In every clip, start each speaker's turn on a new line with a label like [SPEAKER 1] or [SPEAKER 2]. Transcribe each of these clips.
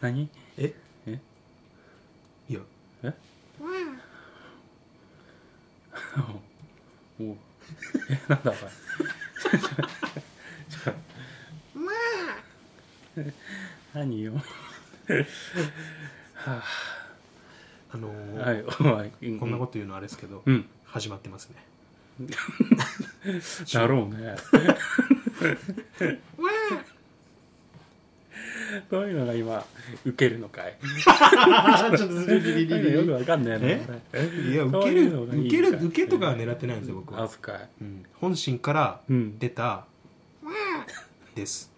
[SPEAKER 1] 何
[SPEAKER 2] え
[SPEAKER 1] え
[SPEAKER 2] いや
[SPEAKER 1] えおう えなんだこれ何よは
[SPEAKER 2] あの
[SPEAKER 1] あ
[SPEAKER 2] ー
[SPEAKER 1] はいお前うん
[SPEAKER 2] こんなこと言うのあれですけど、
[SPEAKER 1] うん
[SPEAKER 2] 始まってま すね
[SPEAKER 1] だろうねこういうのが今ウケるのかい
[SPEAKER 2] ちょっとリリリリリ
[SPEAKER 1] よくわかんないな
[SPEAKER 2] えいや
[SPEAKER 1] そう
[SPEAKER 2] 受け
[SPEAKER 1] いう
[SPEAKER 2] る
[SPEAKER 1] のがいいん
[SPEAKER 2] 受
[SPEAKER 1] だ
[SPEAKER 2] ける受けとかは狙ってないんですよ僕
[SPEAKER 1] あ
[SPEAKER 2] は、
[SPEAKER 1] そっかい
[SPEAKER 2] うん本心から
[SPEAKER 1] うん
[SPEAKER 2] 出たです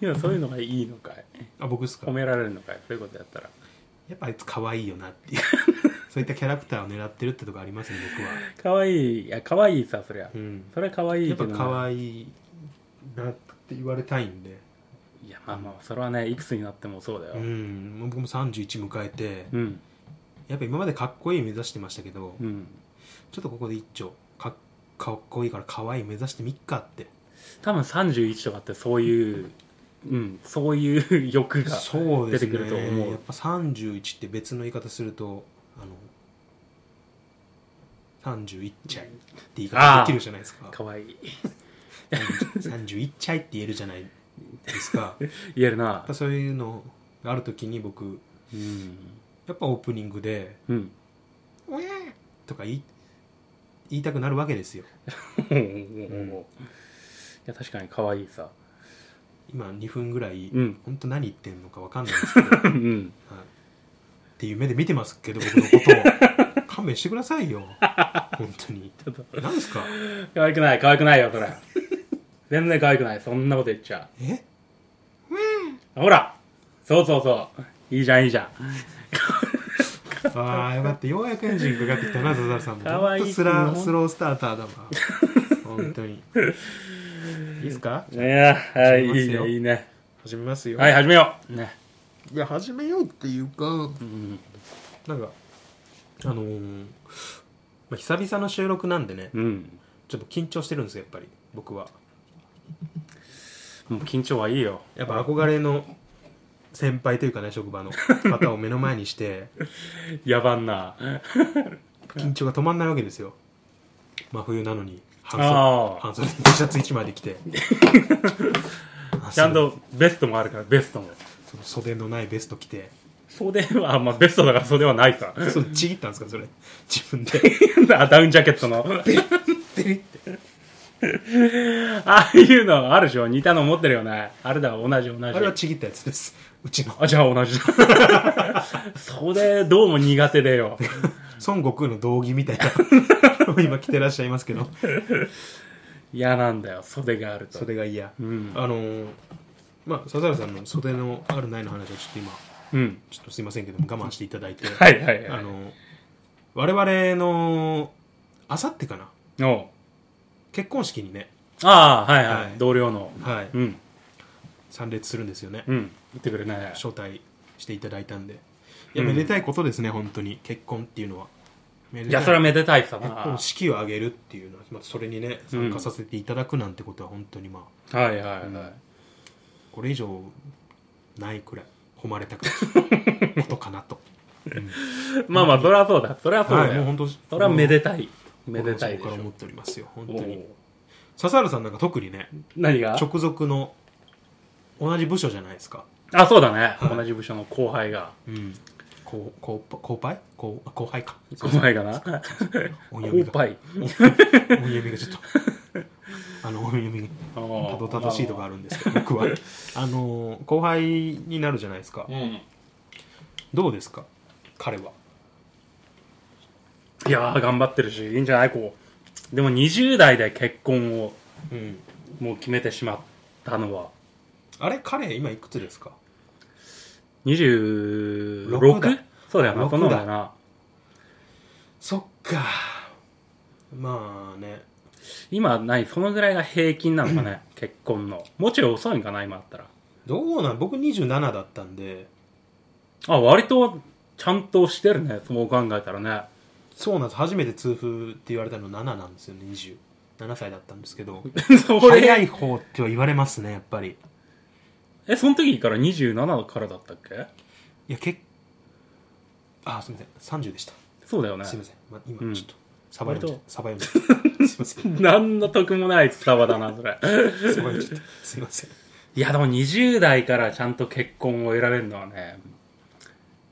[SPEAKER 1] 今そういうのがいいのかい
[SPEAKER 2] あ僕ですか
[SPEAKER 1] 褒められるのかいそういうことやったら
[SPEAKER 2] やっぱあいつ可愛いよなっていう そういったキャラクターを狙ってるってとこありますね僕は、
[SPEAKER 1] 可愛いいや可愛いさそりゃ
[SPEAKER 2] うん、
[SPEAKER 1] それは可愛い
[SPEAKER 2] やっ
[SPEAKER 1] けど
[SPEAKER 2] ぱ
[SPEAKER 1] な
[SPEAKER 2] 可愛いなって言われたいんで
[SPEAKER 1] いやまあまあそれはねいくつになってもそうだよ
[SPEAKER 2] うんもう僕も31迎えて
[SPEAKER 1] うん
[SPEAKER 2] やっぱ今までかっこいい目指してましたけど、
[SPEAKER 1] うん
[SPEAKER 2] ちょっとここで一丁かかっこいいから可愛い目指してみっかって
[SPEAKER 1] 多分31とかってそういううんそういう欲が
[SPEAKER 2] そうで
[SPEAKER 1] 出
[SPEAKER 2] す
[SPEAKER 1] てく
[SPEAKER 2] ね
[SPEAKER 1] ると思
[SPEAKER 2] やっ
[SPEAKER 1] う
[SPEAKER 2] ぱ31って別の言い方するとあの31ちゃいって言い方できるじゃないですか
[SPEAKER 1] 可愛いい
[SPEAKER 2] 31ちゃいって言えるじゃないです かやっ
[SPEAKER 1] 言えるな
[SPEAKER 2] ぱそういうのがある時に僕
[SPEAKER 1] うん
[SPEAKER 2] やっぱオープニングで
[SPEAKER 1] うん
[SPEAKER 2] 「とか言い言いたくなるわけですよ
[SPEAKER 1] うんいや確かに可愛いさ
[SPEAKER 2] 今2分ぐらい、
[SPEAKER 1] うん
[SPEAKER 2] 本当何言ってんのか分かんないですけど、 はい、っ
[SPEAKER 1] うん
[SPEAKER 2] ていう目で見てますけど僕のことを勘弁してくださいよ本当に
[SPEAKER 1] ちょっと
[SPEAKER 2] 何ですか
[SPEAKER 1] 可愛くない可愛くないよそれ全然可愛くないそんなこと言っちゃ
[SPEAKER 2] え
[SPEAKER 1] ほらそうそうそういいじゃんいいじゃん
[SPEAKER 2] ああよかったようやくエンジンかかってきたなザザルさんも
[SPEAKER 1] かわいい
[SPEAKER 2] ほんとスラ
[SPEAKER 1] もう
[SPEAKER 2] スロースターターだわ本当にいいですか
[SPEAKER 1] いやはい
[SPEAKER 2] 始
[SPEAKER 1] いい
[SPEAKER 2] めますよ
[SPEAKER 1] ねいいね
[SPEAKER 2] 始めますよ、
[SPEAKER 1] はい始めようね
[SPEAKER 2] いや始めようっていうか
[SPEAKER 1] うん
[SPEAKER 2] なんかあのーまあ、久々の収録なんでね
[SPEAKER 1] うん
[SPEAKER 2] ちょっと緊張してるんですよやっぱり僕は
[SPEAKER 1] もう緊張はいいよ
[SPEAKER 2] やっぱ憧れの先輩というかね職場の方を目の前にして
[SPEAKER 1] 野蛮な
[SPEAKER 2] 緊張が止まんないわけですよ真冬なのに半
[SPEAKER 1] あ
[SPEAKER 2] 袖
[SPEAKER 1] ー
[SPEAKER 2] 半袖に T シャツ1枚で着て
[SPEAKER 1] ちゃんとベストもあるからベストも
[SPEAKER 2] その袖のないベスト着て
[SPEAKER 1] 袖はまあベストだから袖はないさ
[SPEAKER 2] それちぎったんですかそれ自分で
[SPEAKER 1] あダウンジャケットのああいうのあるでしょ似たの持ってるよねあれだ同じ同じ
[SPEAKER 2] あれはちぎったやつですうちの
[SPEAKER 1] あじゃあ同じだ 袖どうも苦手でよ
[SPEAKER 2] 孫悟空の道着みたいな今着てらっしゃいますけど
[SPEAKER 1] 嫌なんだよ袖があると
[SPEAKER 2] 袖が嫌、
[SPEAKER 1] うん
[SPEAKER 2] あのーまあ笹原さんの袖のあるないの話はちょっと今
[SPEAKER 1] うん
[SPEAKER 2] ちょっとすいませんけども我慢していただいて、
[SPEAKER 1] はいはいは
[SPEAKER 2] あ
[SPEAKER 1] い
[SPEAKER 2] の我々のあさってかな
[SPEAKER 1] おう
[SPEAKER 2] 結婚式にね、
[SPEAKER 1] ああはいはい、
[SPEAKER 2] はい
[SPEAKER 1] 同僚の
[SPEAKER 2] はい
[SPEAKER 1] うん
[SPEAKER 2] 参列するんですよね、
[SPEAKER 1] うん言ってくれない
[SPEAKER 2] 招待していただいたんでいや
[SPEAKER 1] うん
[SPEAKER 2] めでたいことですね、本当に結婚っていうのはめで
[SPEAKER 1] い
[SPEAKER 2] た
[SPEAKER 1] や
[SPEAKER 2] い
[SPEAKER 1] それはめでたいさ
[SPEAKER 2] 結婚
[SPEAKER 1] な
[SPEAKER 2] 式を挙げるっていうのは、まあ、それにね参加させていただくなんてことは本当にまあ
[SPEAKER 1] はいはいは
[SPEAKER 2] これ以上ないくらい誉れたく ないことかなと
[SPEAKER 1] い、まあまあそれはそうだそれはそうだ
[SPEAKER 2] はい
[SPEAKER 1] よ、
[SPEAKER 2] もう本当
[SPEAKER 1] それはめでたいめ
[SPEAKER 2] 僕
[SPEAKER 1] で
[SPEAKER 2] もそ
[SPEAKER 1] たい
[SPEAKER 2] こ
[SPEAKER 1] でし
[SPEAKER 2] から
[SPEAKER 1] ょ
[SPEAKER 2] 思っておりますよ本当
[SPEAKER 1] お
[SPEAKER 2] に
[SPEAKER 1] う
[SPEAKER 2] 笹原さんなんか特にね
[SPEAKER 1] 何が
[SPEAKER 2] 直属の同じ部署じゃないですか、
[SPEAKER 1] あそうだね、
[SPEAKER 2] はい
[SPEAKER 1] 同じ部署の後輩が
[SPEAKER 2] うん、こうこう後輩こうあ後輩か
[SPEAKER 1] 後輩がな
[SPEAKER 2] 音読み
[SPEAKER 1] 後
[SPEAKER 2] が
[SPEAKER 1] 輩
[SPEAKER 2] 音読みがちょっとあの音読みが
[SPEAKER 1] た
[SPEAKER 2] たどたどしいとこあるんですけど僕はあのー後輩になるじゃないですか
[SPEAKER 1] うん
[SPEAKER 2] どうですか彼はい
[SPEAKER 1] やー頑張ってるしいいんじゃないこうでも20代で結婚を
[SPEAKER 2] うん
[SPEAKER 1] もう決めてしまったのは
[SPEAKER 2] あれ彼今いくつですか
[SPEAKER 1] 26?
[SPEAKER 2] だ
[SPEAKER 1] そうだよな
[SPEAKER 2] 6
[SPEAKER 1] この方だよな
[SPEAKER 2] そっかまあね
[SPEAKER 1] 今ないそのぐらいが平均なのかね結婚のもうちょい遅いんかな今あったら
[SPEAKER 2] どうなん僕27だったんで
[SPEAKER 1] あ割とちゃんとしてるねそう考えたらね
[SPEAKER 2] そうなんです初めて痛風って言われたの7なんですよね27歳だったんですけど
[SPEAKER 1] それ
[SPEAKER 2] 早い方っては言われますねやっぱり
[SPEAKER 1] えその時から27からだったっけ
[SPEAKER 2] いやけっあすみません30でした
[SPEAKER 1] そうだよね
[SPEAKER 2] すみません、ま、
[SPEAKER 1] う
[SPEAKER 2] 今
[SPEAKER 1] ん
[SPEAKER 2] ちょっと、サバ読んじゃっ
[SPEAKER 1] 割
[SPEAKER 2] たサバ読 んじゃったすみま せん
[SPEAKER 1] 何の得もないスタバだなそれ
[SPEAKER 2] サバ読んじゃったすみません
[SPEAKER 1] いやでも20代からちゃんと結婚を選べるのはね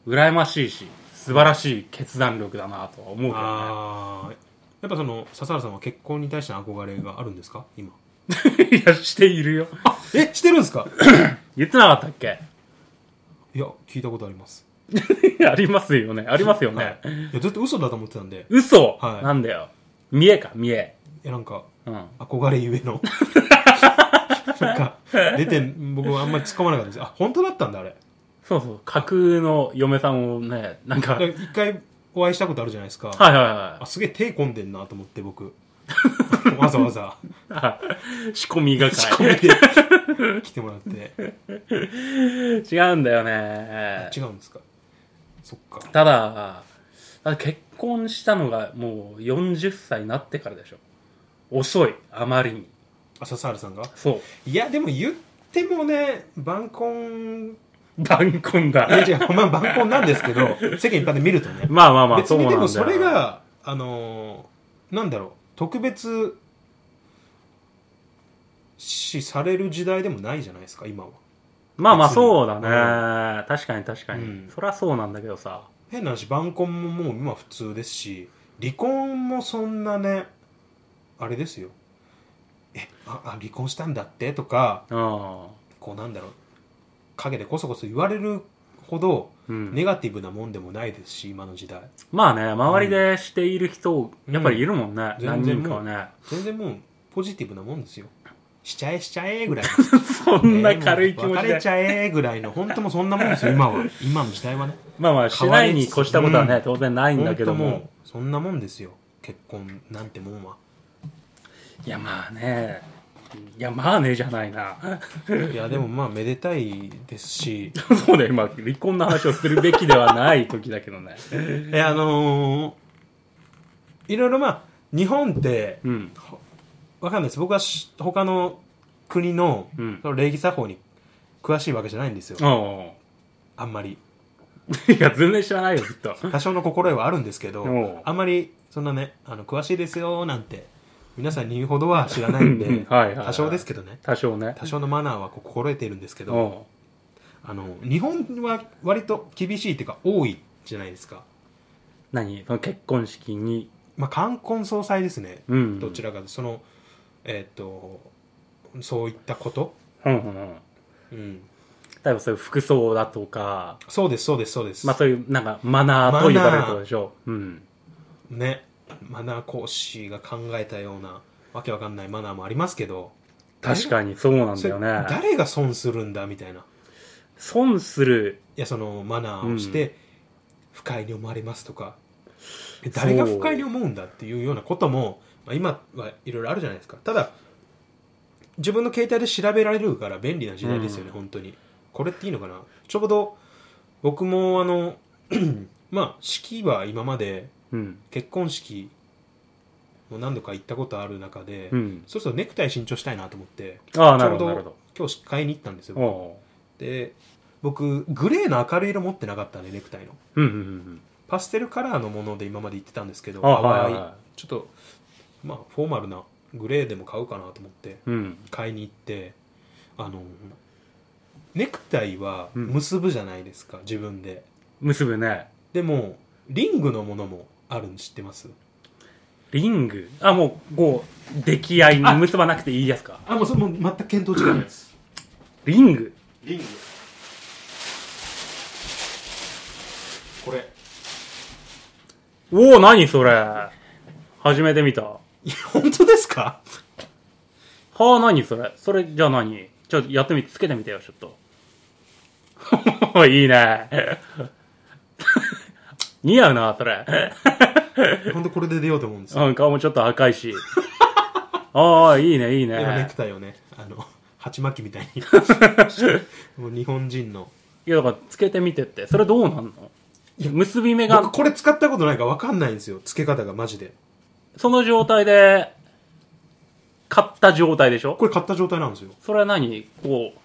[SPEAKER 1] 羨ましいし素晴らしい決断力だなとは思うけどね
[SPEAKER 2] ああやっぱその笹原さんは結婚に対しての憧れがあるんですか今
[SPEAKER 1] いや、しているよ。
[SPEAKER 2] あえしてるんですか
[SPEAKER 1] 言ってなかったっけ
[SPEAKER 2] いや聞いたことあります
[SPEAKER 1] ありますよね。ありますよね。
[SPEAKER 2] はい、いやずっと嘘だと思ってたんで
[SPEAKER 1] 嘘、
[SPEAKER 2] はい
[SPEAKER 1] なんだよ。見えか、見え。
[SPEAKER 2] えなんか
[SPEAKER 1] うん。
[SPEAKER 2] 憧れゆえ のなんか出て僕はあんまり突っ込まなかったですあ本当だったんだあれ
[SPEAKER 1] そうそう。架空の嫁さんをね、なんか、
[SPEAKER 2] だ
[SPEAKER 1] は
[SPEAKER 2] から
[SPEAKER 1] い
[SPEAKER 2] 一回お会いしたことあるじゃないですか、
[SPEAKER 1] はいは
[SPEAKER 2] あすげえ手込んでんなと思って僕 わざわざ
[SPEAKER 1] いはい。 仕込み係。
[SPEAKER 2] 仕込みで来てもらって
[SPEAKER 1] 違うんだよね。
[SPEAKER 2] 違うんですかそっか
[SPEAKER 1] ただ、ただ結婚したのがもう40歳になってからでしょ。遅い。あまりに。
[SPEAKER 2] あ笹原さんが
[SPEAKER 1] そう。
[SPEAKER 2] いやでも言ってもね晩婚
[SPEAKER 1] 晩婚だ
[SPEAKER 2] い。や違うまあ晩婚なんですけど世間一般で見ると ね
[SPEAKER 1] まあまあまあ、
[SPEAKER 2] 別にでも
[SPEAKER 1] そ
[SPEAKER 2] そう
[SPEAKER 1] なんだ
[SPEAKER 2] れ
[SPEAKER 1] よな、
[SPEAKER 2] があのーなんだろう特別視される時代でもないじゃないですか今は
[SPEAKER 1] まあまあ
[SPEAKER 2] 別に
[SPEAKER 1] そうだね。確かに確かに。
[SPEAKER 2] うん
[SPEAKER 1] そりゃそうなんだけどさ。
[SPEAKER 2] 変な話晩婚ももう今普通ですし離婚もそんなねあれですよえああ離婚したんだってとか
[SPEAKER 1] うん。
[SPEAKER 2] こうなんだろう陰でこそこそ言われるほど
[SPEAKER 1] うん
[SPEAKER 2] ネガティブなもんでもないですし今の時代
[SPEAKER 1] まあね、周りでしている人、
[SPEAKER 2] うん
[SPEAKER 1] やっぱりいるもんね。
[SPEAKER 2] うん
[SPEAKER 1] 何人かはね。
[SPEAKER 2] 全然もうポジティブなもんですよしちゃえしちゃえぐらい
[SPEAKER 1] そんな軽い気持ち
[SPEAKER 2] 別れ
[SPEAKER 1] で
[SPEAKER 2] ち。ゃえぐらいの本当もうそんなもんですよ今は今の時代はね
[SPEAKER 1] まあまあ、しないに越したことは
[SPEAKER 2] う
[SPEAKER 1] ね
[SPEAKER 2] ん、
[SPEAKER 1] 当然ないんだ
[SPEAKER 2] 本
[SPEAKER 1] け
[SPEAKER 2] 当
[SPEAKER 1] ど
[SPEAKER 2] も
[SPEAKER 1] も。
[SPEAKER 2] うそんなもんですよ結婚なんてもんはい
[SPEAKER 1] や、まあね。いや、まあね、じゃないな。
[SPEAKER 2] いやでもまあめでたいですし
[SPEAKER 1] そうだよ、今、離婚の話をするべきではない時だけ どね。
[SPEAKER 2] えあのーいろいろまあ日本って
[SPEAKER 1] うん。
[SPEAKER 2] わかんないです僕はし他の国の
[SPEAKER 1] うん
[SPEAKER 2] その礼儀作法に詳しいわけじゃないんですよ
[SPEAKER 1] お
[SPEAKER 2] あんまり
[SPEAKER 1] ういや、全然知らないよ、ずっと。
[SPEAKER 2] 多少の心得はあるんですけど
[SPEAKER 1] おう
[SPEAKER 2] あんまりそんなねあの詳しいですよなんて皆さんに言うほどは知らない
[SPEAKER 1] うんん
[SPEAKER 2] で
[SPEAKER 1] はいはいはい
[SPEAKER 2] 多少ですけどね
[SPEAKER 1] 多少ね。
[SPEAKER 2] 多少のマナーはこう心得ているんですけど
[SPEAKER 1] お
[SPEAKER 2] あの日本は割と厳しいっていうか多いじゃないですか
[SPEAKER 1] う何その結婚式に。
[SPEAKER 2] まあ冠婚葬祭ですね
[SPEAKER 1] うん。
[SPEAKER 2] どちらかそのえーっとそういったこと、
[SPEAKER 1] うんうんうん。
[SPEAKER 2] うん、
[SPEAKER 1] 例えばそういう服装だとか、
[SPEAKER 2] そうですそうですそうです、
[SPEAKER 1] まあそういう、なんか、マナーと呼ばれることでしょう。うん。
[SPEAKER 2] ねマナー講師が考えたようなわけわかんないマナーもありますけど
[SPEAKER 1] 確かにそうなん
[SPEAKER 2] そ
[SPEAKER 1] だ
[SPEAKER 2] れ
[SPEAKER 1] よね。
[SPEAKER 2] 誰が損するんだみたいな
[SPEAKER 1] 損する。
[SPEAKER 2] いやそのマナーをして不快に思われますとか、え誰が不快に思うんだっていうようなことも、まあ、今はいろいろあるじゃないですかただ自分の携帯で調べられるから便利な時代ですよね、
[SPEAKER 1] うん
[SPEAKER 2] 本当にこれっていいのかなちょうど僕もあの まあ式は今まで
[SPEAKER 1] うん。
[SPEAKER 2] 結婚式も何度か行ったことある中で、
[SPEAKER 1] うん。
[SPEAKER 2] そうするとネクタイ新調したいなと思って
[SPEAKER 1] ああ、
[SPEAKER 2] ち
[SPEAKER 1] な
[SPEAKER 2] ょ
[SPEAKER 1] るほど、
[SPEAKER 2] うど
[SPEAKER 1] なるほ
[SPEAKER 2] 今日買いに行ったんです
[SPEAKER 1] ど。
[SPEAKER 2] よ
[SPEAKER 1] お
[SPEAKER 2] で僕グレーの明るい色持ってなかったんでネクタイの
[SPEAKER 1] う。うんうんうん
[SPEAKER 2] パステルカラーのもので今まで言ってたんですけど
[SPEAKER 1] うん。あはい
[SPEAKER 2] 淡
[SPEAKER 1] はい
[SPEAKER 2] ちょっとまあフォーマルなグレーでも買うかなと思って
[SPEAKER 1] うん。
[SPEAKER 2] 買いに行ってあのネクタイは
[SPEAKER 1] うん
[SPEAKER 2] 結ぶじゃないですか、自分で
[SPEAKER 1] 結ぶね。
[SPEAKER 2] でもリングのものもあるの知ってます
[SPEAKER 1] リング。あ、もう、こう、出来合いに結ばなくていいやつか。
[SPEAKER 2] あもうそれもう全く見当違いです
[SPEAKER 1] リング。
[SPEAKER 2] リングこれ
[SPEAKER 1] おお、何それ。初めて見た。はい
[SPEAKER 2] や本当ですか
[SPEAKER 1] あ、何それ。それ、じゃあ何ちょっとやってみて、つけてみてよ、ちょっと。 いいね。似合うな、それ。
[SPEAKER 2] 本当これで出ようと思うんですよ
[SPEAKER 1] うん、顔もちょっと赤い し。ああ、いいね、いい
[SPEAKER 2] 今ネ
[SPEAKER 1] ね
[SPEAKER 2] ク。タイをねあの鉢巻きみ たいにもう日本人の
[SPEAKER 1] いや、だから、つけてみてって。それどうなんの
[SPEAKER 2] いや
[SPEAKER 1] 結び目
[SPEAKER 2] 僕
[SPEAKER 1] が、
[SPEAKER 2] これ使ったことないから分かんないんですよ付け方がマジで
[SPEAKER 1] その状態で、買った状態でしょ
[SPEAKER 2] これ買った状態なんですよ
[SPEAKER 1] それは何こう、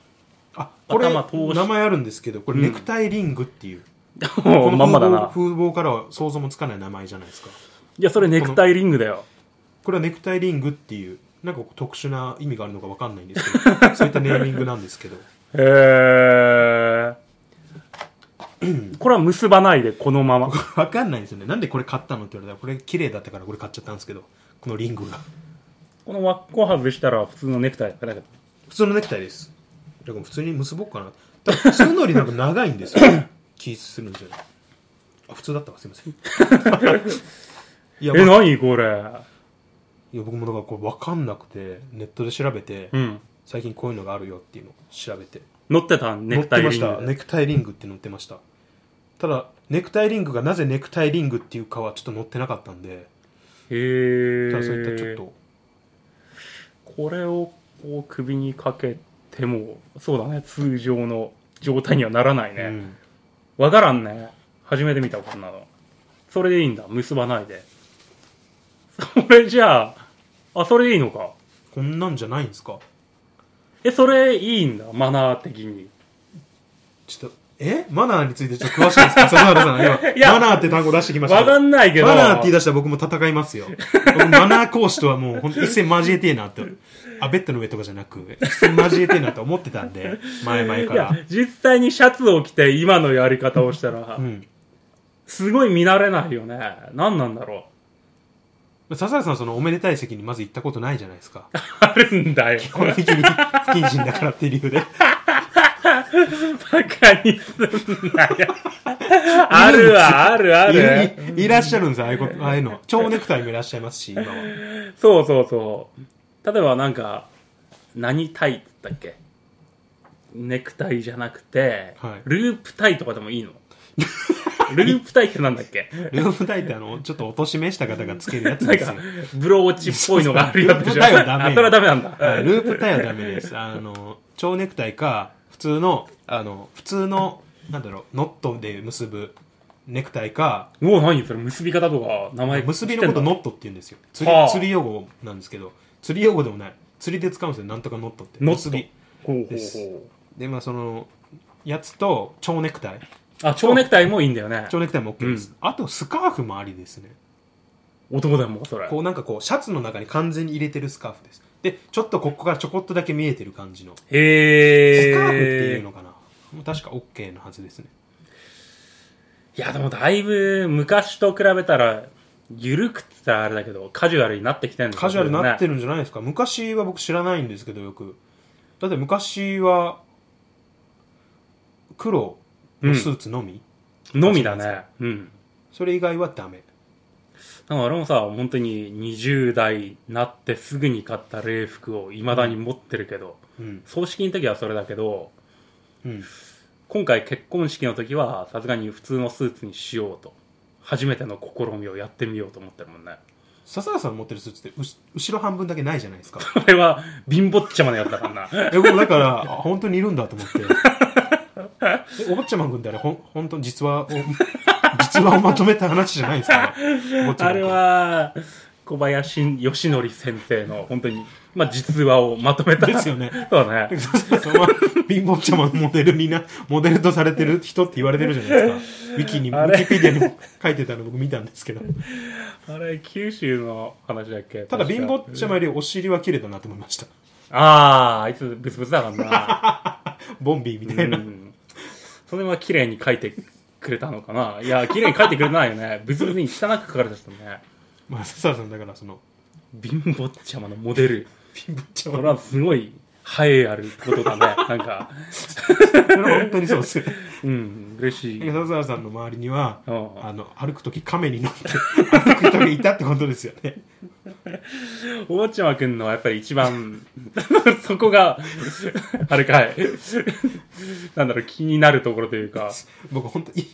[SPEAKER 2] あこれ
[SPEAKER 1] 頭通し
[SPEAKER 2] 名前あるんですけどこれネクタイリングっていう、こ
[SPEAKER 1] もう
[SPEAKER 2] の
[SPEAKER 1] まんまだな
[SPEAKER 2] 風貌風貌からは想像もつかない名前じゃないですか
[SPEAKER 1] いやそれネクタイリングだよ
[SPEAKER 2] これはネクタイリングっていうなんか特殊な意味があるのかわかんないんです けどそういったネーミングなんですけど
[SPEAKER 1] へえ これは結ばないでこのまま
[SPEAKER 2] わかんないんですよねなんでこれ買ったのって言われたらこれ綺麗だったからこれ買っちゃったんですけどこのリングが
[SPEAKER 1] この輪っこ外したら普通のネクタイだけど
[SPEAKER 2] 普通のネクタイですだから普通に結ぼうかな多分普通のよりなんか長いん ですよ気するんですよねあ普通だったわすいま せんいや,、
[SPEAKER 1] え
[SPEAKER 2] まあ、
[SPEAKER 1] 何これ
[SPEAKER 2] いや僕もだからこれわかんなくてネットで調べて、
[SPEAKER 1] うん
[SPEAKER 2] 最近こういうのがあるよっていうのを調べて
[SPEAKER 1] 乗ってたネクタイリン
[SPEAKER 2] 載ってました
[SPEAKER 1] グ
[SPEAKER 2] ネクタイリングって載ってましたただネクタイリングがなぜネクタイリングっていうかはちょっと載ってなかったんで
[SPEAKER 1] へえ
[SPEAKER 2] ただそういったちょっと
[SPEAKER 1] これをこう首にかけてもそうだね通常の状態にはならない
[SPEAKER 2] うん
[SPEAKER 1] ね、わからんね初めて見たこんなのそれでいいんだ結ばないで それじゃああそれでいいのか
[SPEAKER 2] こんなんじゃないんですか
[SPEAKER 1] えそれいいんだマナー的に
[SPEAKER 2] ちょっとえマナーについてちょっと詳しいですか笹原 さん
[SPEAKER 1] いや
[SPEAKER 2] 今マナーって単語出してきました
[SPEAKER 1] わかんないけど
[SPEAKER 2] マナーって言い出したら僕も戦いますよ。僕マナー講師とはもう本当一戦交えてえなと。あ、ベッドの上とかじゃなく、一戦交えてえなと思ってたんで、前々か
[SPEAKER 1] いや
[SPEAKER 2] ら。
[SPEAKER 1] 実際にシャツを着て今のやり方をしたら
[SPEAKER 2] うん。
[SPEAKER 1] すごい見慣れないよね何なんだろ
[SPEAKER 2] 笹原さんはそのおめでたい席にまず行ったことないじゃないですか。
[SPEAKER 1] う あるんだよ
[SPEAKER 2] 基本的に 不謹慎だからっていう理由で。
[SPEAKER 1] バカにすんなよあるわあるある
[SPEAKER 2] いいいらっしゃるんですよ、ああいうこと、ああいうの。蝶ネクタイもいらっしゃいますし、今は。
[SPEAKER 1] そうそうそう。例えばなんか、何タイって言ったっけネクタイじゃなくて、
[SPEAKER 2] はい
[SPEAKER 1] ループタイとかでもいいのループタイってなんだっけ
[SPEAKER 2] ルームタイってあの、ちょっとおとしめした方がつけるやつ
[SPEAKER 1] なん
[SPEAKER 2] です
[SPEAKER 1] か
[SPEAKER 2] よ。、
[SPEAKER 1] ブローチっぽいのがあるやつでし ょ
[SPEAKER 2] ループタイはダメよ
[SPEAKER 1] あ、それはダメなんだ。
[SPEAKER 2] はいループタイはダメです。あの、蝶ネクタイか、普通の、あの、普通の、なんだろう、ノットで結ぶネクタイか、
[SPEAKER 1] もう何それ結び方とか、名前
[SPEAKER 2] 結びのことノットって言うんですよ。釣
[SPEAKER 1] はあ
[SPEAKER 2] り、釣り用語なんですけど、釣り用語でもない。釣りで使うんですよ、なんとかノットって。
[SPEAKER 1] ノ
[SPEAKER 2] 結
[SPEAKER 1] ット
[SPEAKER 2] び。
[SPEAKER 1] ほうほ
[SPEAKER 2] で
[SPEAKER 1] う
[SPEAKER 2] す
[SPEAKER 1] ほ
[SPEAKER 2] で、まあその、やつと、蝶ネクタイ。
[SPEAKER 1] う。あ、蝶ネクタイもいいんだよね。
[SPEAKER 2] 蝶ネクタイも OK です。あと、スカーフもありですね。
[SPEAKER 1] 男でも、それ。
[SPEAKER 2] こうなんかこう、シャツの中に完全に入れてるスカーフです。で、ちょっとここからちょこっとだけ見えてる感じの。スカ
[SPEAKER 1] へー。
[SPEAKER 2] ーフっていうのかな。もう確か OK のはずですね。
[SPEAKER 1] いや、でもだいぶ昔と比べたら、ゆるくって言ったらあれだけど、カジュアルになってきてるんです
[SPEAKER 2] カジュアルになって
[SPEAKER 1] る。
[SPEAKER 2] るんじゃないですか。昔は僕知らないんですけど、よく。だって昔は、黒のスーツのみ、
[SPEAKER 1] のみだね。うん。
[SPEAKER 2] それ以外はダメ。
[SPEAKER 1] なんか俺もさ、本当に20代なってすぐに買った礼服を未だに持ってるけど、
[SPEAKER 2] うん。
[SPEAKER 1] 葬式の時はそれだけど、
[SPEAKER 2] うん。
[SPEAKER 1] 今回結婚式の時はさすがに普通のスーツにしようと。初めての試みをやってみようと思ってるもんね。
[SPEAKER 2] 笹原さん持ってるスーツってうし後ろ半分だけないじゃないですか。
[SPEAKER 1] これは貧乏っちゃまのやつだからな。
[SPEAKER 2] え、僕だから、あ本当にいるんだと思って。え、お坊ちゃま君ってあれ、ほん、本当に実話を、実話をまとめた話じゃないんですか、ね、お坊ちゃま
[SPEAKER 1] あれ。
[SPEAKER 2] 君
[SPEAKER 1] は、小林義則先生の本当に、まあ、実話をまとめた。
[SPEAKER 2] ですよね。
[SPEAKER 1] そうだね。
[SPEAKER 2] その 貧乏ちゃまのモデルにな、モデルとされてる人って言われてるじゃないで すか。ウィキに、ウ
[SPEAKER 1] あれ
[SPEAKER 2] ィキペディアにも書いてたの僕見たんで すけど。
[SPEAKER 1] あれ、九州の話だっけ
[SPEAKER 2] ただ貧乏ちゃまよりお尻は綺麗だなと思いました。
[SPEAKER 1] ああ、あいつブツブツだ から
[SPEAKER 2] ボンビーみた
[SPEAKER 1] な。
[SPEAKER 2] いうな。
[SPEAKER 1] ん。それは綺麗に書いてくれたのかな。いや、綺麗に書いてくれてないよね。ブツブツに汚く書かれてたね。
[SPEAKER 2] まあ、笹原さんだからその、
[SPEAKER 1] 貧乏ちゃまのモデル。
[SPEAKER 2] 貧乏ちゃ
[SPEAKER 1] そ
[SPEAKER 2] ま
[SPEAKER 1] れはすごい、栄えあること だね。なんか、
[SPEAKER 2] それは本当にそうです よ。
[SPEAKER 1] うん、嬉しい。
[SPEAKER 2] 笹原さんの周りには、
[SPEAKER 1] うん
[SPEAKER 2] あの、歩くとき亀に乗って、歩く人がいたってことですよね。
[SPEAKER 1] お坊ちゃまくんのはやっぱり一番、 そこが、 あれかい。なんだろう、気になるところというか。
[SPEAKER 2] 僕本当いい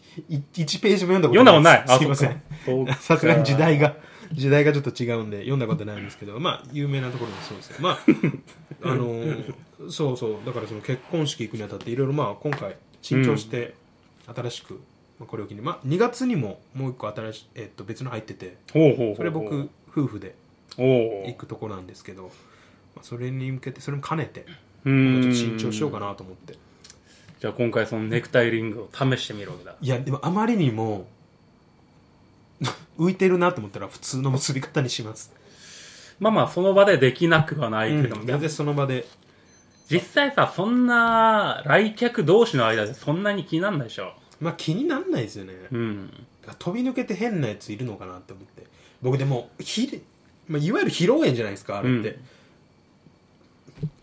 [SPEAKER 2] 1ページも読んだこと
[SPEAKER 1] 読んだことない。
[SPEAKER 2] ですすいません。
[SPEAKER 1] ん
[SPEAKER 2] さすがに時。代が、時代がちょっと違うんで、読んだことないんですけど、まあ、有名なところもそうですよ。まあ、あのーそうそう、だからその結婚式行くにあたって、いろいろまあ、今回、新調して、新しく、まあ、これを機に、まあ、2月にも、もう一個新しい、えっと、別の入ってて、
[SPEAKER 1] ほうほうほう。
[SPEAKER 2] それ僕、、夫婦で
[SPEAKER 1] おお
[SPEAKER 2] 行。くとこなんですけど、まあ、それに向けて、それも兼ねて、
[SPEAKER 1] う
[SPEAKER 2] ちょっ
[SPEAKER 1] ん。
[SPEAKER 2] と新調しようかなと思って。
[SPEAKER 1] じゃあ今回そのネクタイリングを試してみるわけだ
[SPEAKER 2] いやでもあまりにも 浮いてるなと思ったら普通の結び方にします、
[SPEAKER 1] まあまあその場でできなくはないけども、
[SPEAKER 2] 全然その場で
[SPEAKER 1] 実際さそんな来客同士の間でそんなに気になんないでしょ
[SPEAKER 2] まあ気になんないですよね、
[SPEAKER 1] うん
[SPEAKER 2] 飛び抜けて変なやついるのかなって思って僕でもひ、まあ、いわゆる披露宴じゃないですかあれって、
[SPEAKER 1] うん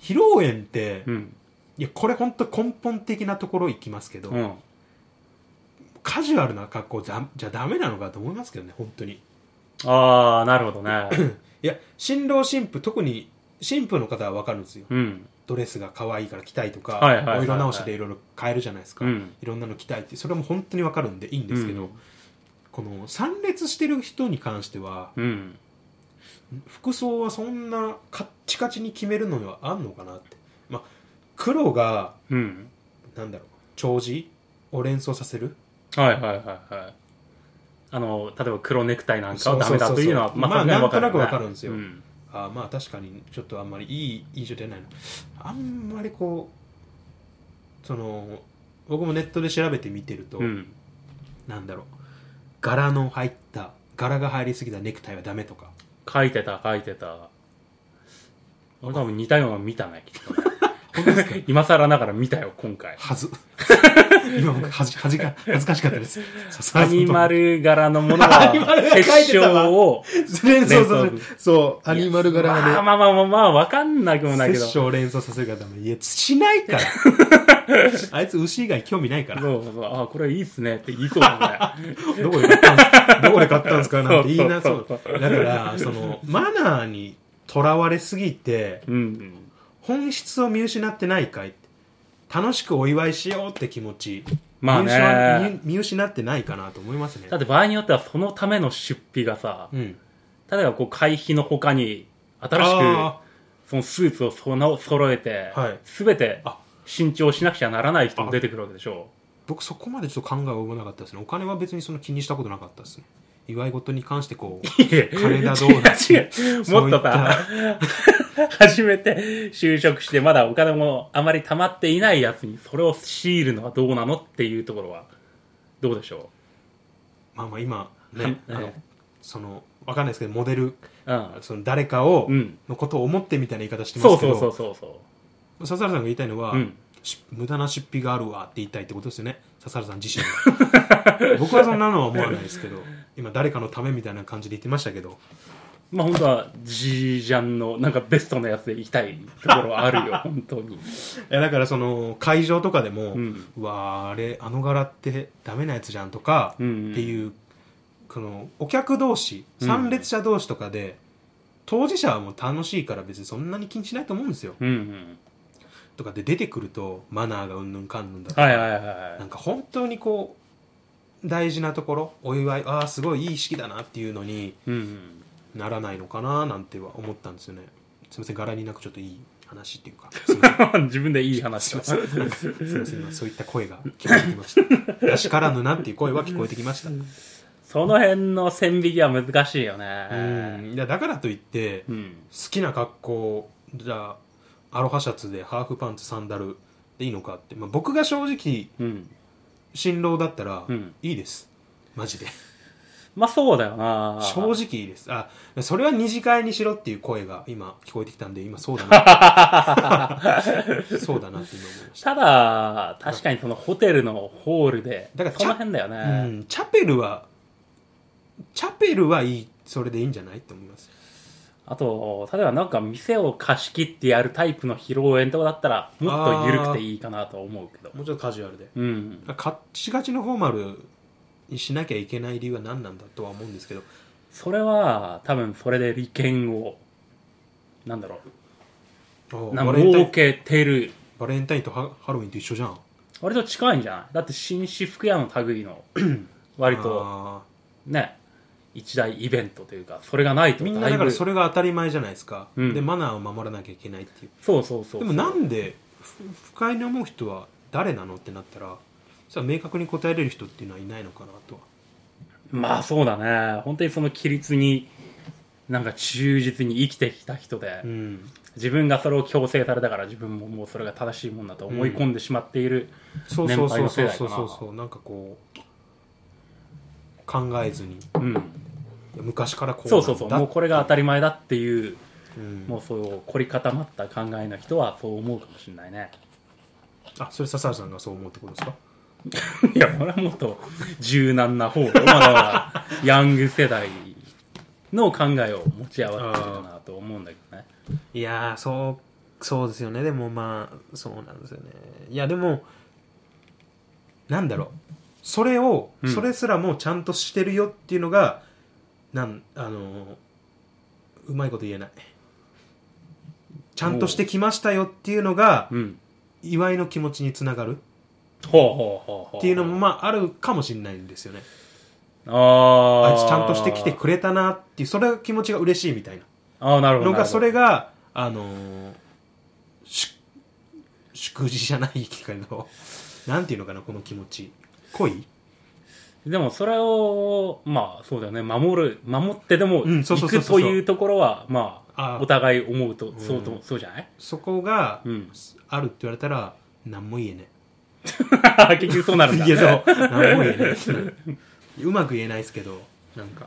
[SPEAKER 2] 披露宴って、
[SPEAKER 1] うん
[SPEAKER 2] いやこれ本当根本的なところ行きますけど、
[SPEAKER 1] うん
[SPEAKER 2] カジュアルな格好じゃじゃダメなのかと思いますけどね本当に
[SPEAKER 1] ああなるほど ね
[SPEAKER 2] いや新郎新婦特に新婦の方は分かるんですよ
[SPEAKER 1] うん
[SPEAKER 2] ドレスが可愛いから着たいとか、
[SPEAKER 1] はいはいはいはい
[SPEAKER 2] お色直しでいろいろ変えるじゃないですか、
[SPEAKER 1] うん
[SPEAKER 2] いろんなの着たいってそれも本当に分かるんでいいんですけど、
[SPEAKER 1] うん
[SPEAKER 2] この参列してる人に関しては
[SPEAKER 1] うん
[SPEAKER 2] 服装はそんなカッチカチに決めるのにはあんのかなってまあ黒が
[SPEAKER 1] うん
[SPEAKER 2] なんだろう長寿を連想させる
[SPEAKER 1] はいはいはいはいあの例えば黒ネクタイなんか
[SPEAKER 2] そう
[SPEAKER 1] は
[SPEAKER 2] そう
[SPEAKER 1] ダ
[SPEAKER 2] そう
[SPEAKER 1] メだというのは
[SPEAKER 2] まあ
[SPEAKER 1] さすがによね
[SPEAKER 2] なんとなくわかるんですよ
[SPEAKER 1] うん
[SPEAKER 2] あーまあ確かにちょっとあんまりいい印象出ないなあんまりこうその僕もネットで調べてみてると、
[SPEAKER 1] うん
[SPEAKER 2] なんだろう柄の入った柄が入りすぎたネクタイはダメとか
[SPEAKER 1] 書いてた書いてた俺多分似たようなの見たねきっとね
[SPEAKER 2] 本 当ですか
[SPEAKER 1] 今更ながら見たよ今回
[SPEAKER 2] はず 今僕恥ず恥ずか恥ずかしかったです
[SPEAKER 1] アニマル柄のものは
[SPEAKER 2] アニマル柄書いてたわ
[SPEAKER 1] 結晶を
[SPEAKER 2] 連想
[SPEAKER 1] 連
[SPEAKER 2] さ
[SPEAKER 1] 想
[SPEAKER 2] せるそうアニマル柄はね
[SPEAKER 1] まあまあまあまあまあわかんなくもないけど
[SPEAKER 2] 殺生を連想させるからダメいやしない からあいつ牛以外興味ないから
[SPEAKER 1] そ
[SPEAKER 2] ど
[SPEAKER 1] うそうそうああこれいいっすねって言いそうだ ね
[SPEAKER 2] こで買ったんすどこで買ったんですかなんて言いなそ
[SPEAKER 1] そう
[SPEAKER 2] う
[SPEAKER 1] そうそう
[SPEAKER 2] だからそのマナーにとらわれすぎて
[SPEAKER 1] うんうん
[SPEAKER 2] 本質を見失ってないかい楽しくお祝いしようって気持ち
[SPEAKER 1] まあ
[SPEAKER 2] 見失
[SPEAKER 1] ね
[SPEAKER 2] 見見失ってないかなと思いますね
[SPEAKER 1] だって場合によってはそのための出費がさ
[SPEAKER 2] うん
[SPEAKER 1] 例えばこう会費のほかに新し
[SPEAKER 2] あ
[SPEAKER 1] くそのスーツをその揃えて、
[SPEAKER 2] はい
[SPEAKER 1] 全て
[SPEAKER 2] あ
[SPEAKER 1] 新調しなくちゃならない人も出てくるわけでしょ
[SPEAKER 2] 僕そこまでちょっと考えが及ばなかったですねお金は別にその気にしたことなかったですね祝い事に関してこ う
[SPEAKER 1] いえ
[SPEAKER 2] 金だどうだ
[SPEAKER 1] 違う違う
[SPEAKER 2] そう
[SPEAKER 1] もっ
[SPEAKER 2] いった
[SPEAKER 1] とさ初めて就職してまだお金もあまり貯まっていないやつにそれを強いるのはどうなのっていうところはどうでしょ
[SPEAKER 2] まあまあ今
[SPEAKER 1] は
[SPEAKER 2] ね
[SPEAKER 1] い
[SPEAKER 2] あの
[SPEAKER 1] ね
[SPEAKER 2] そのわかんないですけどモデル
[SPEAKER 1] ううん
[SPEAKER 2] その誰かを、
[SPEAKER 1] うん
[SPEAKER 2] のことを思ってみたいな言い方してま
[SPEAKER 1] そ
[SPEAKER 2] す
[SPEAKER 1] う
[SPEAKER 2] け
[SPEAKER 1] そ
[SPEAKER 2] ど
[SPEAKER 1] うそうそうそ
[SPEAKER 2] 笹原さんが言いたいのは、
[SPEAKER 1] ううん
[SPEAKER 2] し無駄な出費があるわって言いたいってことですよね笹原さん自身 が僕はそんなのは思わないですけど今誰かのためみたいな感じで言ってましたけど
[SPEAKER 1] まあ本当はジージャンのなんかベストなやつで行きたいところはある よ本当に
[SPEAKER 2] いやだからその会場とかでも、う
[SPEAKER 1] うん
[SPEAKER 2] わーあれあの柄ってダメなやつじゃんとか、
[SPEAKER 1] うんうん
[SPEAKER 2] っていうこのお客同士参列者同士とかで、当事者はもう楽しいから別にそんなに気にしないと思うんですよ、
[SPEAKER 1] うんうん
[SPEAKER 2] とかで出てくるとマナーがうんぬんかんぬんだとか、
[SPEAKER 1] はいはいはいは
[SPEAKER 2] なんか本当にこう大事なところお祝いああすごいいい式だなっていうのに
[SPEAKER 1] いうんうん
[SPEAKER 2] ならないのかななんては思ったんですよねすみません柄になくちょっといい話っていうかすみませ ん
[SPEAKER 1] 自分でいい話
[SPEAKER 2] す
[SPEAKER 1] だ
[SPEAKER 2] みませんすみません今そういった声が聞こえてきましたらしからぬなっていう声は聞こえてきましたう
[SPEAKER 1] その辺の線引きは難しいよね
[SPEAKER 2] んいやだからといって好
[SPEAKER 1] うん
[SPEAKER 2] きな格好じゃあアロハシャツでハーフパンツサンダルでいいのかって、まあ、僕が正直
[SPEAKER 1] うん
[SPEAKER 2] 新郎だったら
[SPEAKER 1] うん
[SPEAKER 2] いいです、マジで
[SPEAKER 1] まあそうだよな
[SPEAKER 2] 正直いいですあそれは二次会にしろっていう声が今聞こえてきたんで今そうだな そうだなって今思いました
[SPEAKER 1] ただ確かにそのホテルのホールで
[SPEAKER 2] だから
[SPEAKER 1] その辺だよね、
[SPEAKER 2] うんチャペルはチャペルはいいそれでいいんじゃないって思います
[SPEAKER 1] あと例えばなんか店を貸し切ってやるタイプの披露宴とかだったらもっと緩くていいかなと思うけど
[SPEAKER 2] もうちょっとカジュアルで
[SPEAKER 1] うん
[SPEAKER 2] カッチガチのフォーマルにしなきゃいけない理由は何なんだとは思うんですけど
[SPEAKER 1] それは多分それで利権をなんだろうなん
[SPEAKER 2] バ
[SPEAKER 1] か
[SPEAKER 2] レンタイ
[SPEAKER 1] 儲
[SPEAKER 2] ン
[SPEAKER 1] けてる
[SPEAKER 2] バレンタインとハハロウィンと一緒じゃん
[SPEAKER 1] 割と近いんじゃないだって紳士服屋の類 の割と
[SPEAKER 2] あ
[SPEAKER 1] ね一大イベントというかそれがない
[SPEAKER 2] ー
[SPEAKER 1] と
[SPEAKER 2] みんな
[SPEAKER 1] だい
[SPEAKER 2] だか
[SPEAKER 1] ぶ
[SPEAKER 2] らそ
[SPEAKER 1] そう
[SPEAKER 2] れが当たり前じゃないですか、
[SPEAKER 1] うん
[SPEAKER 2] でマナーを守らなきゃいけないっていう
[SPEAKER 1] そうそうそう
[SPEAKER 2] でもなんでふ不快に思う人は誰なのってなったらそれは明確に答えれる人っていうのはいないのかなとは
[SPEAKER 1] まあそうだね本当にその規律になんか忠実に生きてきた人で、
[SPEAKER 2] うん、
[SPEAKER 1] 自分がそれを強制されたから自分ももうそれが正しいもんだと思い込んでしまっている、
[SPEAKER 2] そうそ
[SPEAKER 1] 年
[SPEAKER 2] うそうそ
[SPEAKER 1] 配
[SPEAKER 2] う
[SPEAKER 1] の世代
[SPEAKER 2] そ
[SPEAKER 1] か
[SPEAKER 2] う
[SPEAKER 1] な
[SPEAKER 2] そうそうなんかこう考えずに
[SPEAKER 1] うん
[SPEAKER 2] 昔からこう
[SPEAKER 1] そうそうそうもうこれが当たり前だっていう
[SPEAKER 2] り、うん
[SPEAKER 1] もうそう凝り固まった考えの人はそう思うかもしれないね
[SPEAKER 2] あそれ笹原さんがそう思うってことですか
[SPEAKER 1] いや俺はもっと柔軟な方よまあだ からヤング世代の考えを持ち合わせてるかなと思うんだけどね
[SPEAKER 2] いやーそうそうですよねでもまあそうなんですよねいやでもなんだろうそれを、
[SPEAKER 1] うん
[SPEAKER 2] それすらもうちゃんとしてるよっていうのがなんあのーうまいこと言えないちゃんとしてきましたよっていうのが
[SPEAKER 1] うん
[SPEAKER 2] 祝いの気持ちにつながる
[SPEAKER 1] ほうほうほうほう
[SPEAKER 2] っていうのもまああるかもしれないんですよね
[SPEAKER 1] あ
[SPEAKER 2] あ
[SPEAKER 1] あ
[SPEAKER 2] いつちゃんとしてきてくれたなっていうそれが気持ちが嬉しいみたいな
[SPEAKER 1] ああなるほど
[SPEAKER 2] の
[SPEAKER 1] なるほ
[SPEAKER 2] が
[SPEAKER 1] ど
[SPEAKER 2] それがあのーし祝辞じゃないけど なんていうのかなこの気持ち恋
[SPEAKER 1] でもそれをまあそうだよね守る守ってでも
[SPEAKER 2] うんそう
[SPEAKER 1] 行
[SPEAKER 2] そうそう
[SPEAKER 1] く
[SPEAKER 2] そう
[SPEAKER 1] というところはま
[SPEAKER 2] あ
[SPEAKER 1] あお互い思うと
[SPEAKER 2] ん
[SPEAKER 1] そうとそうじゃない
[SPEAKER 2] そこが
[SPEAKER 1] うん
[SPEAKER 2] あるって言われたら何も言えね
[SPEAKER 1] 結局そうなるんだ
[SPEAKER 2] いやそう何も言えねうまく言えないですけどなんか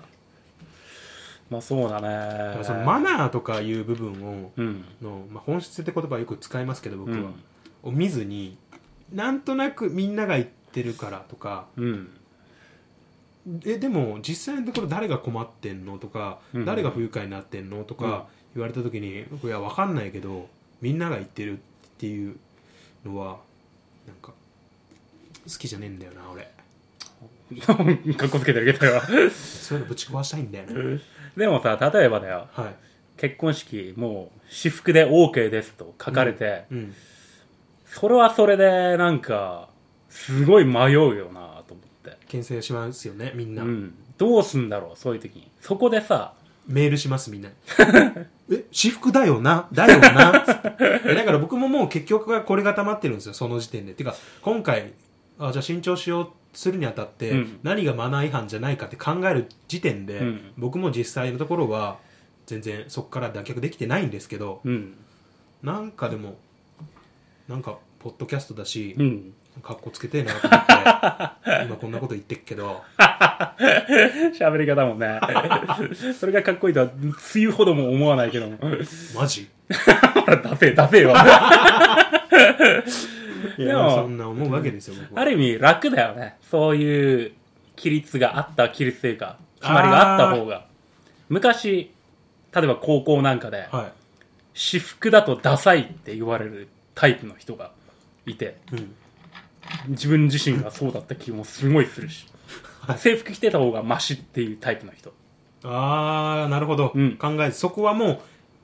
[SPEAKER 1] まあそうだ
[SPEAKER 2] だか
[SPEAKER 1] ね
[SPEAKER 2] らそのマナーとかいう部分を
[SPEAKER 1] うん
[SPEAKER 2] の、まあ、本質って言葉はよく使いますけど僕
[SPEAKER 1] う
[SPEAKER 2] は、
[SPEAKER 1] ん
[SPEAKER 2] を見ずになんとなくみんなが言ってるからとか
[SPEAKER 1] うん
[SPEAKER 2] えでも実際のところ誰が困ってんのとか、
[SPEAKER 1] うん
[SPEAKER 2] 誰が不愉快になってんのとか言われた時に、僕いや分かんないけどみんなが言ってるっていうのはなんか好きじゃねえんだよな俺
[SPEAKER 1] かっこつけてるけどよ
[SPEAKER 2] そういうのぶち壊したいんだよね
[SPEAKER 1] でもさ例えばだよ
[SPEAKER 2] はい、
[SPEAKER 1] 結婚式もう私服で OK ですと書かれて、
[SPEAKER 2] うん、
[SPEAKER 1] それはそれでなんかすごい迷うよなと思って、
[SPEAKER 2] 牽制しますよねみん
[SPEAKER 1] う
[SPEAKER 2] な、
[SPEAKER 1] ん、どうすんだろうそういう時にそこでさ
[SPEAKER 2] メールしますみんなに え私服だよなだ よなつってえだから僕ももう結局はこれが溜まってるんですよその時点でてか今回あじゃあ新調しようするにあたって、
[SPEAKER 1] うん
[SPEAKER 2] 何がマナー違反じゃないかって考える時点で、
[SPEAKER 1] うん
[SPEAKER 2] 僕も実際のところは全然そこから脱却できてないんですけど
[SPEAKER 1] うん
[SPEAKER 2] なんかでもなんかポッドキャストだし
[SPEAKER 1] う、ん
[SPEAKER 2] かっこつけてえなと思って今こんなこと言ってっけど
[SPEAKER 1] 喋り方も ねそれがかっこいいとはつゆほども思わないけども
[SPEAKER 2] マジ
[SPEAKER 1] ほらダセえダセえわ
[SPEAKER 2] い
[SPEAKER 1] で
[SPEAKER 2] や
[SPEAKER 1] も
[SPEAKER 2] そんな思うわけですよ、僕は
[SPEAKER 1] ある意味楽だよねそういう規律があった規律というか決まりがあった方が昔例えば高校なんかで、
[SPEAKER 2] は
[SPEAKER 1] 私服だとダサいって言われるタイプの人がいて
[SPEAKER 2] い、うん
[SPEAKER 1] 自分自身がそうだった気もすごいするし
[SPEAKER 2] はい
[SPEAKER 1] 制服着てた方がマシっていうタイプの人
[SPEAKER 2] ああなるほど、
[SPEAKER 1] うん
[SPEAKER 2] 考えそこはもう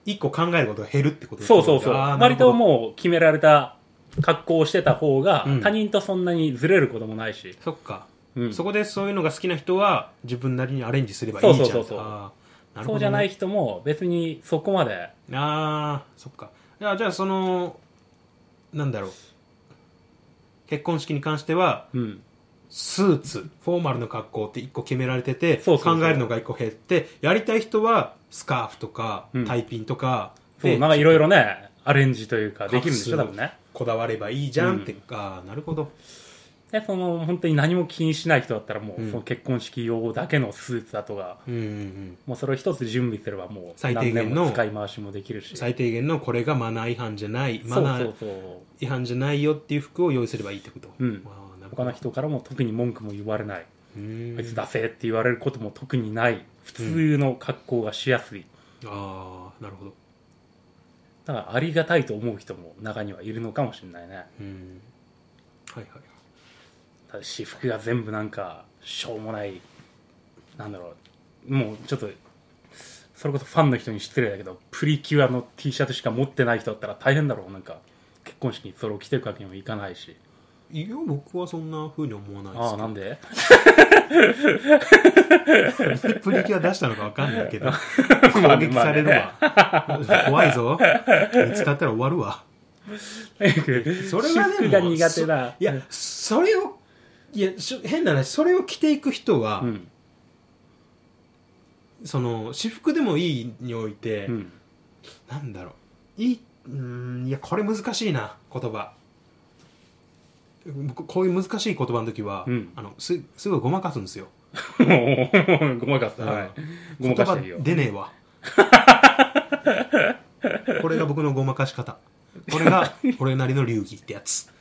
[SPEAKER 2] 一個考えることが減るってことです
[SPEAKER 1] そ
[SPEAKER 2] ね
[SPEAKER 1] うそうそう
[SPEAKER 2] あーなる
[SPEAKER 1] 割
[SPEAKER 2] ほど
[SPEAKER 1] ともう決められた格好をしてた方が
[SPEAKER 2] うん
[SPEAKER 1] 他人とそんなにずれることもないし、
[SPEAKER 2] そっか、
[SPEAKER 1] うん
[SPEAKER 2] そこでそういうのが好きな人は自分なりにアレンジすればいいじゃん
[SPEAKER 1] そうそうそうそう
[SPEAKER 2] あー
[SPEAKER 1] そ
[SPEAKER 2] なるほどね
[SPEAKER 1] うじゃない人も別にそこまで
[SPEAKER 2] あーそっかいやじゃあそのなんだろう結婚式に関しては
[SPEAKER 1] うん
[SPEAKER 2] スーツフォーマルの格好って一個決められてて
[SPEAKER 1] そうそうそう
[SPEAKER 2] 考えるのが一個減ってやりたい人はスカーフとか、
[SPEAKER 1] うん
[SPEAKER 2] タイピンとか
[SPEAKER 1] そう
[SPEAKER 2] で
[SPEAKER 1] なんかいろいろねアレンジというかできるんでしょ多
[SPEAKER 2] 隠す
[SPEAKER 1] 分ね
[SPEAKER 2] こだわればいいじゃんってか、なるほど
[SPEAKER 1] でその本当に何も気にしない人だったらもう、
[SPEAKER 2] うん
[SPEAKER 1] その結婚式用だけのスーツだとか
[SPEAKER 2] うんうんうん
[SPEAKER 1] もうそれを一つ準備すればもう
[SPEAKER 2] 最低限
[SPEAKER 1] 何
[SPEAKER 2] の
[SPEAKER 1] 年も使い回しもできるし
[SPEAKER 2] 最低限のこれがマナー違反じゃないマナ
[SPEAKER 1] そ
[SPEAKER 2] ー
[SPEAKER 1] うそうそ
[SPEAKER 2] 違反じゃないよっていう服を用意すればいいってこと、
[SPEAKER 1] うん
[SPEAKER 2] ああな
[SPEAKER 1] う
[SPEAKER 2] るほ
[SPEAKER 1] 他
[SPEAKER 2] ど
[SPEAKER 1] の人からも特に文句も言われない、
[SPEAKER 2] うーん
[SPEAKER 1] あいつダセーって言われることも特にない普通の格好がしやすい、
[SPEAKER 2] ああなるほど、
[SPEAKER 1] だからありがたいと思う人も中にはいるのかもしれないね
[SPEAKER 2] うん、はいはいはい
[SPEAKER 1] ただ私服が全部なんかしょうもないなんだろうもうちょっとそれこそファンの人に失礼だけどプリキュアの T シャツしか持ってない人だったら大変だろうなんか結婚式にそれを着ていくわけにもいかないし
[SPEAKER 2] いや僕はそんなふうに思わない
[SPEAKER 1] ああなん
[SPEAKER 2] で
[SPEAKER 1] で
[SPEAKER 2] すけどプリキュア出したのかわかんないけど
[SPEAKER 1] まあ
[SPEAKER 2] 攻撃されるわ、怖いぞ見つかったら終わるわそれは
[SPEAKER 1] 私
[SPEAKER 2] でも
[SPEAKER 1] 服が苦手だ
[SPEAKER 2] いやそれをいやしょ変な話それを着ていく人は、
[SPEAKER 1] うん
[SPEAKER 2] その私服でもいいにおいて、
[SPEAKER 1] うん、
[SPEAKER 2] なんだろういいうーんいやこれ難しいな言葉僕こういう難しい言葉の時は、
[SPEAKER 1] うん
[SPEAKER 2] あのすすごいごまかすんですよ、
[SPEAKER 1] もう ごまかす、
[SPEAKER 2] うん
[SPEAKER 1] はい、ごまかしてるよ
[SPEAKER 2] 言葉出ね えわこれが僕のごまかし方これが俺なりの流儀ってやつ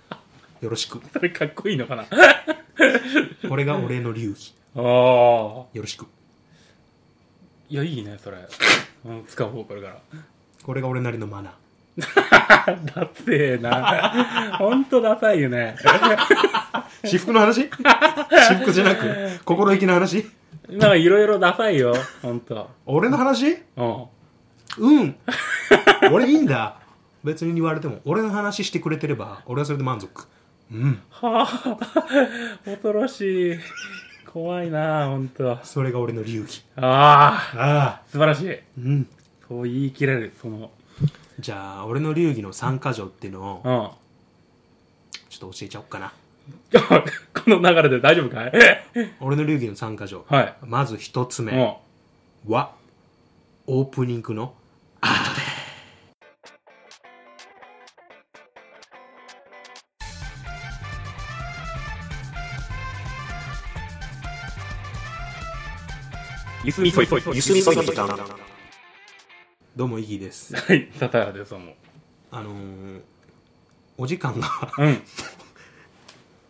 [SPEAKER 2] よろしく
[SPEAKER 1] それかっこいいのかなあ
[SPEAKER 2] これが俺の流儀
[SPEAKER 1] あ
[SPEAKER 2] よろしく
[SPEAKER 1] いやいいねそれ、うん、使おうこれ から
[SPEAKER 2] これが俺なりの マナー
[SPEAKER 1] だってえなほんとダサいよね
[SPEAKER 2] 私服の話私服じゃなく心意気の話
[SPEAKER 1] なんかいろいろダサいよほんと
[SPEAKER 2] 俺の話
[SPEAKER 1] うん
[SPEAKER 2] うん 俺いいんだ別に言われても俺の話してくれてれば俺はそれで満足うん
[SPEAKER 1] はあ恐ろしい怖いなほんとあ
[SPEAKER 2] それが俺の流儀
[SPEAKER 1] あ
[SPEAKER 2] ああ
[SPEAKER 1] 素晴らしい
[SPEAKER 2] うん
[SPEAKER 1] そう言い切れるその
[SPEAKER 2] じゃあ俺の流儀の3箇条っていうのを
[SPEAKER 1] うん
[SPEAKER 2] ちょっと教えちゃおっかな
[SPEAKER 1] この流れで大丈夫かい
[SPEAKER 2] 俺の流儀の3箇条
[SPEAKER 1] はい
[SPEAKER 2] まず1つ
[SPEAKER 1] うん
[SPEAKER 2] 目はオープニングの
[SPEAKER 1] ゆすみそいそい
[SPEAKER 2] ゆすみそいそいどうもイギーです
[SPEAKER 1] はいサタヤですどうも
[SPEAKER 2] あのー、お時間が
[SPEAKER 1] うん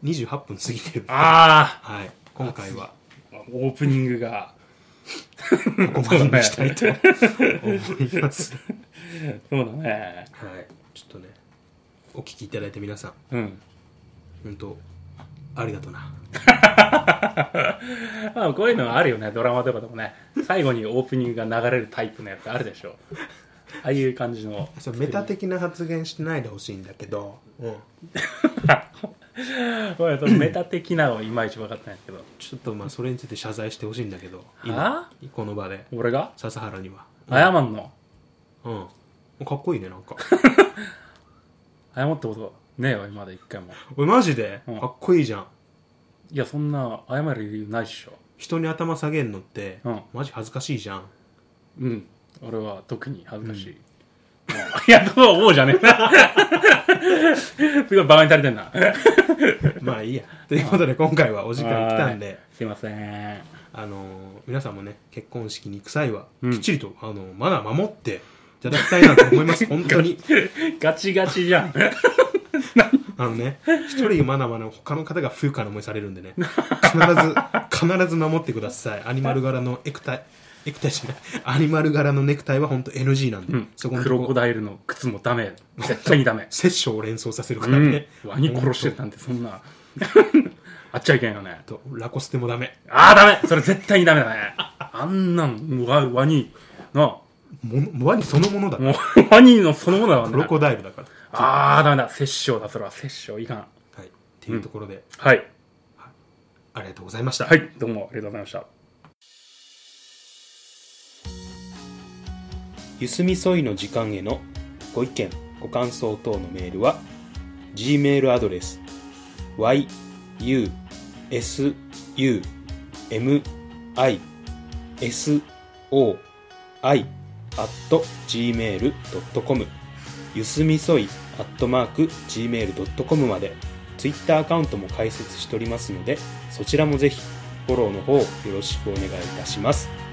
[SPEAKER 2] 28分過ぎてる
[SPEAKER 1] あ
[SPEAKER 2] はい今回は
[SPEAKER 1] あオープニングが
[SPEAKER 2] ここまでにしたいと思います。
[SPEAKER 1] そうだね
[SPEAKER 2] はい、ちょっとね、お聞きいただいた皆さん、
[SPEAKER 1] うん
[SPEAKER 2] 本当ありがとうな。
[SPEAKER 1] まあこういうのはあるよねドラマとかでもね最後にオープニングが流れるタイプのやつあるでしょああいう感じの
[SPEAKER 2] そうメタ的な発言しないでほしいんだけど、うん、
[SPEAKER 1] ごめんそのメタ的なのはいまいち分かってないんですけど
[SPEAKER 2] ちょっとまあそれについて謝罪してほしいんだけど、
[SPEAKER 1] は
[SPEAKER 2] 今この場で
[SPEAKER 1] 俺が
[SPEAKER 2] 笹原には、
[SPEAKER 1] 謝んの
[SPEAKER 2] うん、うん、かっこいいねなんか。
[SPEAKER 1] 謝ったことねえよ今まで一回も
[SPEAKER 2] おいマジで、
[SPEAKER 1] うん
[SPEAKER 2] かっこいいじゃん。
[SPEAKER 1] いやそんな謝る理由ないっしょ
[SPEAKER 2] 人に頭下げんのって、
[SPEAKER 1] うん
[SPEAKER 2] マジ恥ずかしいじゃん。
[SPEAKER 1] うん俺は特に恥ずかしい、あいやそう思うじゃねえな すごいバカにされてんな
[SPEAKER 2] まあいいや。ということで今回はお時間来たんで。
[SPEAKER 1] すいません
[SPEAKER 2] あのー皆さんもね結婚式に行く際は、
[SPEAKER 1] うん
[SPEAKER 2] きっちりとあのーマナー守っていただきたいなと思います 本当に
[SPEAKER 1] ガチガチじゃん
[SPEAKER 2] あのね一人マナーマナー他の方が不愉快な思いされるんでね必ず必ず守ってくださいアニマル柄のエクタイエクタイじゃないアニマル柄のネクタイは本当 NG なんで、
[SPEAKER 1] うん
[SPEAKER 2] そこの
[SPEAKER 1] ク
[SPEAKER 2] と
[SPEAKER 1] ロコ
[SPEAKER 2] こ
[SPEAKER 1] ダイルの靴もダメ絶対にダメ
[SPEAKER 2] 殺生を連想させるか
[SPEAKER 1] う
[SPEAKER 2] らね
[SPEAKER 1] ん、ワニ殺してるなんてそんな あっちゃいけんよね
[SPEAKER 2] とラコステもダメ
[SPEAKER 1] ああダメそれ絶対にダメだねあんなんワワニの
[SPEAKER 2] ものワニそのものだ、
[SPEAKER 1] もうワニのそのものだわ
[SPEAKER 2] クロ
[SPEAKER 1] ね
[SPEAKER 2] コダイルだから
[SPEAKER 1] ああダメだ殺生だそれは殺生いかん
[SPEAKER 2] はいっていうところで、
[SPEAKER 1] はい
[SPEAKER 2] ありがとうございました、
[SPEAKER 1] はいどうもありがとうございました
[SPEAKER 2] ゆすみそいの時間へのご意見ご感想等のメールは g メールアドレス y u s u m i s o i gmail.com ゆすみそい gmail.com までツイッターアカウントも開設しておりますのでそちらもぜひフォローの方よろしくお願いいたします